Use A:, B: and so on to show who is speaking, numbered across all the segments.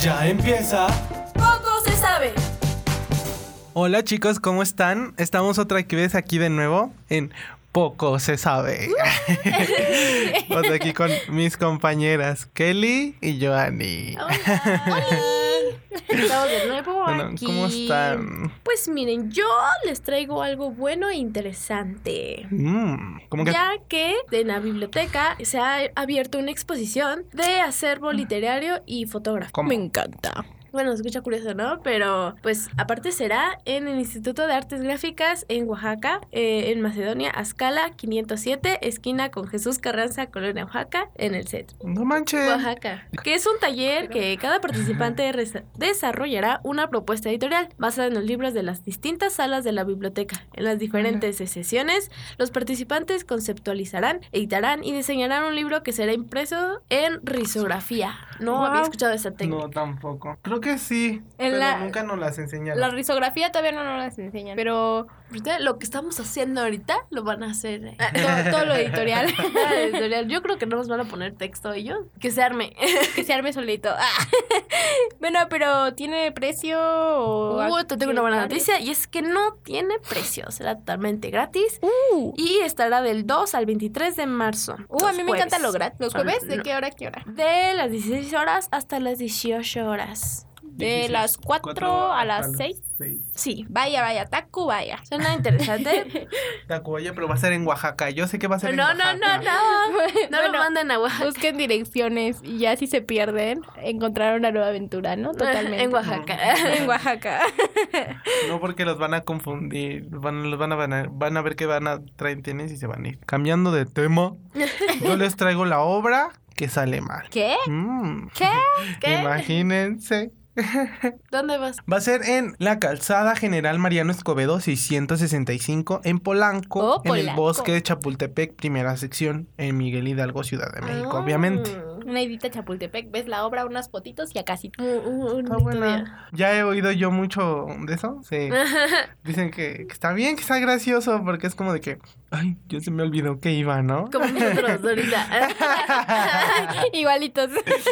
A: Ya empieza.
B: Poco se sabe.
C: Hola chicos, ¿cómo están? Estamos otra vez aquí de nuevo en Poco se sabe. Pues aquí con mis compañeras Kelly y Joanny.
B: Estamos de nuevo
C: Bueno,
B: aquí.
C: ¿cómo están?
B: Pues miren, yo les traigo algo bueno e interesante.
C: Mm, ¿Cómo que?
B: Ya que en la biblioteca se ha abierto una exposición de acervo literario y fotográfico.
C: ¿Cómo?
B: Me encanta. Bueno, se escucha curioso, ¿no? Pero pues aparte será en el Instituto de Artes Gráficas en Oaxaca, eh, en Macedonia, Azcala 507, esquina con Jesús Carranza, Colonia Oaxaca, en el centro.
C: No manches.
B: Oaxaca, que es un taller que cada participante resa- desarrollará una propuesta editorial basada en los libros de las distintas salas de la biblioteca. En las diferentes sesiones, los participantes conceptualizarán, editarán y diseñarán un libro que será impreso en risografía. No
D: Guau.
B: había escuchado esa técnica.
C: No, tampoco. Creo que sí.
D: En
C: pero
D: la-
C: nunca nos las enseñaron.
D: La risografía todavía no nos las enseñan, pero
B: Ahorita Lo que estamos haciendo ahorita lo van a hacer. eh.
D: to- todo, lo editorial
B: Ah, editorial. Yo creo que no nos van a poner texto ellos. Que se arme.
D: que se arme solito. Ah. bueno, pero ¿tiene precio o
B: Uh, te tengo una buena
D: actividades?
B: noticia y es que no tiene precio. Será totalmente gratis.
D: Uh,
B: y estará del 2 al 23 de marzo.
D: uh, a mí me encanta lo
B: lograr
D: gratis. ¿Los jueves? ¿De qué hora a qué hora?
B: De las 16 horas hasta las 18 horas.
D: De las 4 a las 6.
B: Sí.
D: Vaya, vaya, taco, vaya.
B: Suena interesante.
C: Tacubaya, pero va a ser en Oaxaca. Yo sé que va a ser en
B: no, no,
C: Oaxaca.
B: no, no. No
D: Bueno,
B: lo manden a Oaxaca.
D: Busquen direcciones y ya si se pierden, encontrar una nueva aventura, ¿no? Totalmente.
B: En Oaxaca.
D: en Oaxaca.
C: No, porque los van a confundir. Van, los van a, van a- van a ver que van a traer tienes y se van a ir. Cambiando de tema, yo les traigo la obra que sale mal.
D: ¿Qué?
C: Mm.
D: ¿Qué?
B: ¿Qué?
C: Imagínense.
B: ¿Dónde vas?
C: Va a ser en la calzada General Mariano Escobedo 665 en Polanco,
D: Oh,
C: en el
D: Polanco.
C: bosque de Chapultepec, primera sección, en Miguel Hidalgo, Ciudad de México,
D: Ah,
C: obviamente.
D: Una edita a Chapultepec, ves la obra, unas fotitos y a
B: Mm,
D: casita.
C: Está buena. Ya he oído yo mucho de eso. Sí.
D: Ah.
C: Dicen que, que está bien, que está gracioso, porque es como de que, ay, yo se me olvidó que iba, ¿no?
B: Como nosotros ahorita.
D: Igualitos.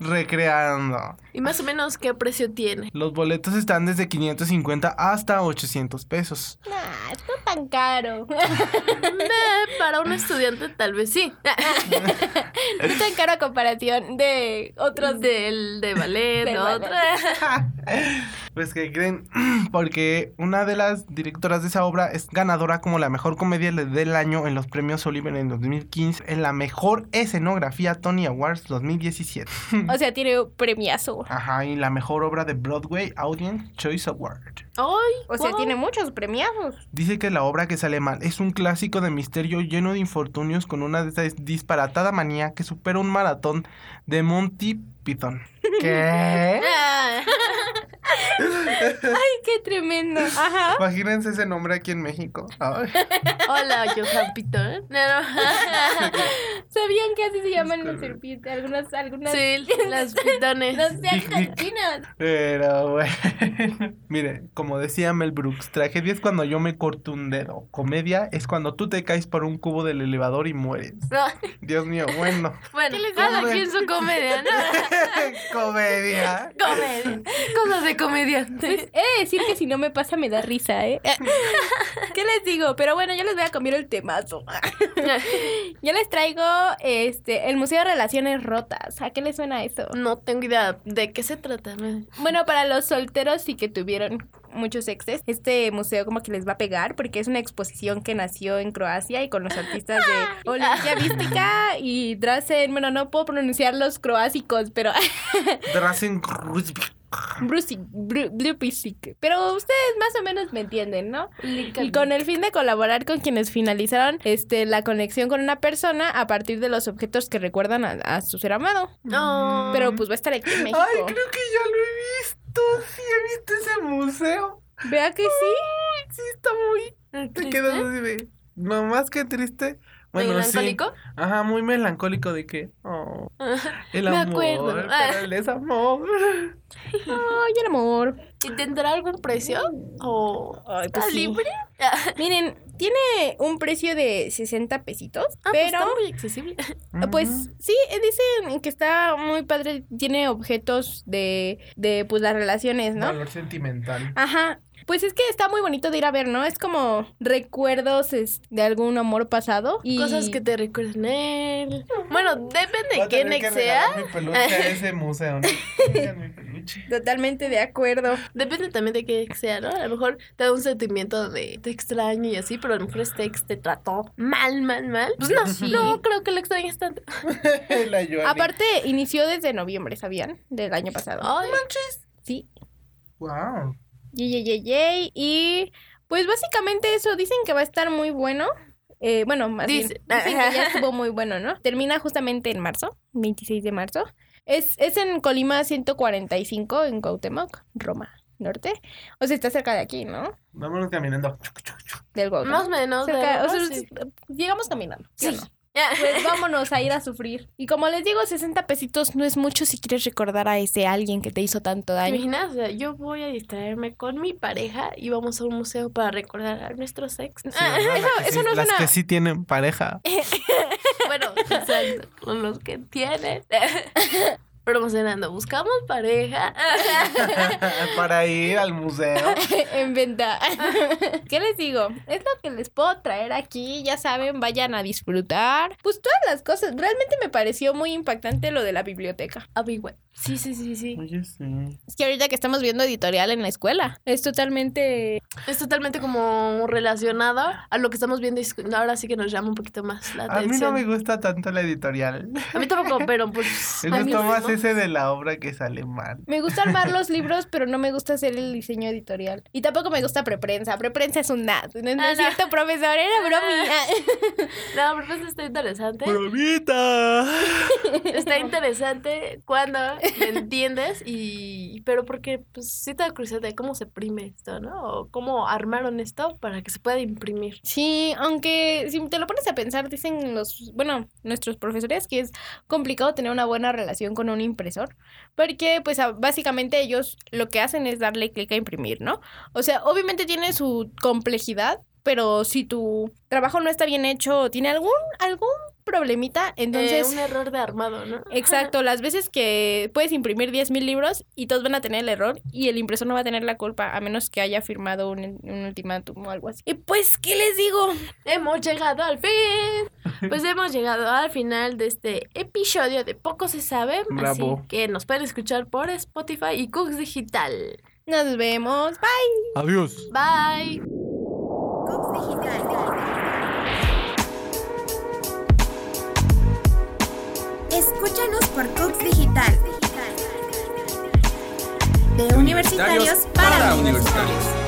C: Recreando.
B: y más o menos, ¿qué precio tiene?
C: Los boletos están desde 550 hasta 800 pesos.
D: Nah, está tan caro.
B: Eh, para un estudiante, tal vez sí.
D: No tan caro a comparación de otros.
B: Otros del de ballet,
D: Del ballet.
B: otros.
C: Pues que creen, porque una de las directoras de esa obra es ganadora como la mejor comedia del año en los premios Oliver en 2015, en la mejor escenografía Tony Awards 2017.
D: O sea, tiene un premiazo.
C: Ajá, y la mejor obra de Broadway Audience Choice Award.
B: Ay,
D: O sea,
B: wow.
D: tiene muchos premiazos.
C: Dice que la obra que sale mal es un clásico de misterio lleno de infortunios con una des- disparatada manía que supera un maratón de Monty Python. ¿Qué?
B: Ah.
D: Ay, qué tremendo. Ajá.
C: Imagínense ese nombre aquí en México. Ay,
B: Hola, Johan Pitón. No, no.
D: ¿Sabían que así se llaman
C: Disculpe.
D: los serpientes? Algunas, algunas.
B: Sí, las pitones.
D: No sé,
C: Dic,
D: algunas
C: dic.
D: chinas.
C: Pero bueno. Mire, como decía Mel Brooks, tragedia es cuando yo me corto un dedo. Comedia es cuando tú te caes por un cubo del elevador y mueres. Dios mío, bueno.
B: Bueno,
D: ¿Qué les
B: cada
C: digo?
B: quien su comedia, ¿no?
C: Comedia.
B: Comedia. Cosas de comediantes.
D: Pues he de decir que si no me pasa me da risa, ¿eh? ¿Qué les digo? Pero bueno, yo les voy a comer el temazo. Yo les traigo este el Museo de Relaciones Rotas. ¿A qué les suena eso?
B: No tengo idea de qué se trata. ¿no?
D: Bueno, para los solteros y que tuvieron muchos exes, este museo como que les va a pegar porque es una exposición que nació en Croacia y con los artistas de Olimpia Vística y Drazen, bueno, no puedo pronunciar los croásicos, pero
C: Drazen
D: Brusic, Bru- Blupisic. Pero ustedes más o menos me entienden, ¿no? Y con el fin de colaborar con quienes finalizaron este la conexión con una persona a partir de los objetos que recuerdan a, a su ser amado.
B: No.
D: Pero pues va a estar aquí en México.
C: Ay, creo que ya lo he visto. Sí, he visto ese museo.
D: Vea que sí.
C: Sí, está muy. Te
B: ¿Triste?
C: quedas así de. Mamás, qué triste.
B: melancólico.
C: Sí. Ajá, muy melancólico de que. Oh, el
B: Me
C: amor.
B: acuerdo.
C: Pero el desamor.
D: Ay, el amor.
B: ¿Y tendrá algún precio? ¿O Ah,
D: Ay, pues
B: está
D: sí.
B: libre?
D: Miren, tiene un precio de 60 pesitos,
B: Ah, pues
D: pero
B: está muy accesible.
D: Pues sí, eh, dicen que está muy padre, tiene objetos de, de pues las relaciones,
C: Ujú.
D: ¿no?
C: Valor sentimental.
D: Ajá. Pues es que está muy bonito de ir a ver, ¿no? Es como recuerdos es, de algún amor pasado. Y...
B: Cosas que te recuerden a él. Bueno, depende
C: Voy
B: de
C: a
B: quién
C: tener que
B: sea.
C: regalar Mi peluche a ese museo. ¿no? Tengan mi peluche.
D: Totalmente de acuerdo.
B: Depende también de qué sea, ¿no? A lo mejor te da un sentimiento de te extraño y así, pero a lo mejor este ex te trató mal, mal, mal. Pues no,
D: Sí.
B: no creo que lo extrañes tanto.
C: La Joanie.
D: Aparte, inició desde noviembre, ¿sabían? Del año pasado.
B: Ay,
D: Sí.
C: Wow.
D: Yay, yay, yay, yay. Y pues básicamente eso, dicen que va a estar muy bueno. Eh, bueno, más bien,
B: Dice-
D: dicen que ya estuvo muy bueno, ¿no? Termina justamente en marzo, 26 de marzo. Es, es en Colima 145, en Cuauhtémoc, Roma Norte. O sea, está cerca de aquí, ¿no?
C: Vámonos caminando.
D: Del Cuauhtémoc.
B: más o menos.
D: Cerca-
B: de-
D: o sea,
B: sí.
D: llegamos caminando. ¿sí o
B: Sí.
D: no? Pues vámonos a ir a sufrir. Y como les digo, 60 pesitos no es mucho si quieres recordar a ese alguien que te hizo tanto
B: ¿Te
D: daño.
B: imaginas? O sea, yo voy a distraerme con mi pareja y vamos a un museo para recordar a nuestro sex.
C: Sí, ajá, la que
D: Ah, eso
C: sí-
D: no es
C: Las
D: una-
C: que sí tienen pareja.
B: bueno, exacto, con los que tienen. Promocionando, buscamos pareja.
C: Para ir al museo.
D: en venta. ¿Qué les digo? Es lo que les puedo traer aquí, ya saben, vayan a disfrutar. Pues todas las cosas, realmente me pareció muy impactante lo de la biblioteca.
B: Ah, güey, güey. Sí, sí, sí, sí.
C: Oye, sí.
D: Es que ahorita que estamos viendo editorial en la escuela, es totalmente...
B: Es totalmente como relacionado a lo que estamos viendo. y escu- Ahora sí que nos llama un poquito más la
C: A mí
B: atención.
C: no me gusta tanto la editorial.
B: A mí tampoco, pero pues.
C: Me
B: a mí
C: gustó
B: no.
C: más ese de la obra que sale mal.
D: Me gusta armar los libros, pero no me gusta hacer el diseño editorial. Y tampoco me gusta preprensa. Preprensa es un nada. No, no
B: Ah,
D: es
B: no. Ah,
D: cierto, profesor, era bromi.
B: No, pero pues está interesante.
C: ¡Bromita!
B: Está interesante cuando me entiendes y... Pero porque pues sí te da curiosidad de cómo se imprime esto, ¿no? O cómo armaron esto para que se pueda imprimir. Eh,
D: Sí, aunque si te lo pones a pensar, dicen los, bueno, nuestros profesores que es complicado tener una buena relación con un impresor, porque pues a- básicamente ellos lo que hacen es darle clic a imprimir, ¿no? O sea, obviamente tiene su complejidad, pero si tu trabajo no está bien hecho o tiene algún, algún problemita,
B: Entonces...
D: entonces...
B: un error de armado, ¿no?
D: Exacto, las veces que puedes imprimir 10.000 libros y todos van a tener el error y el impresor no va a tener la culpa a menos que haya firmado un, un ultimátum o algo así. Y pues, ¿qué les digo?
B: Hemos llegado al fin. Pues hemos llegado al final de este episodio de Poco se sabe.
C: Bravo.
B: Así que nos pueden escuchar por Spotify y Cooks Digital.
D: Nos vemos.
C: Adiós.
B: Bye.
A: Escúchanos por Cooks Digital. De universitarios para universitarios.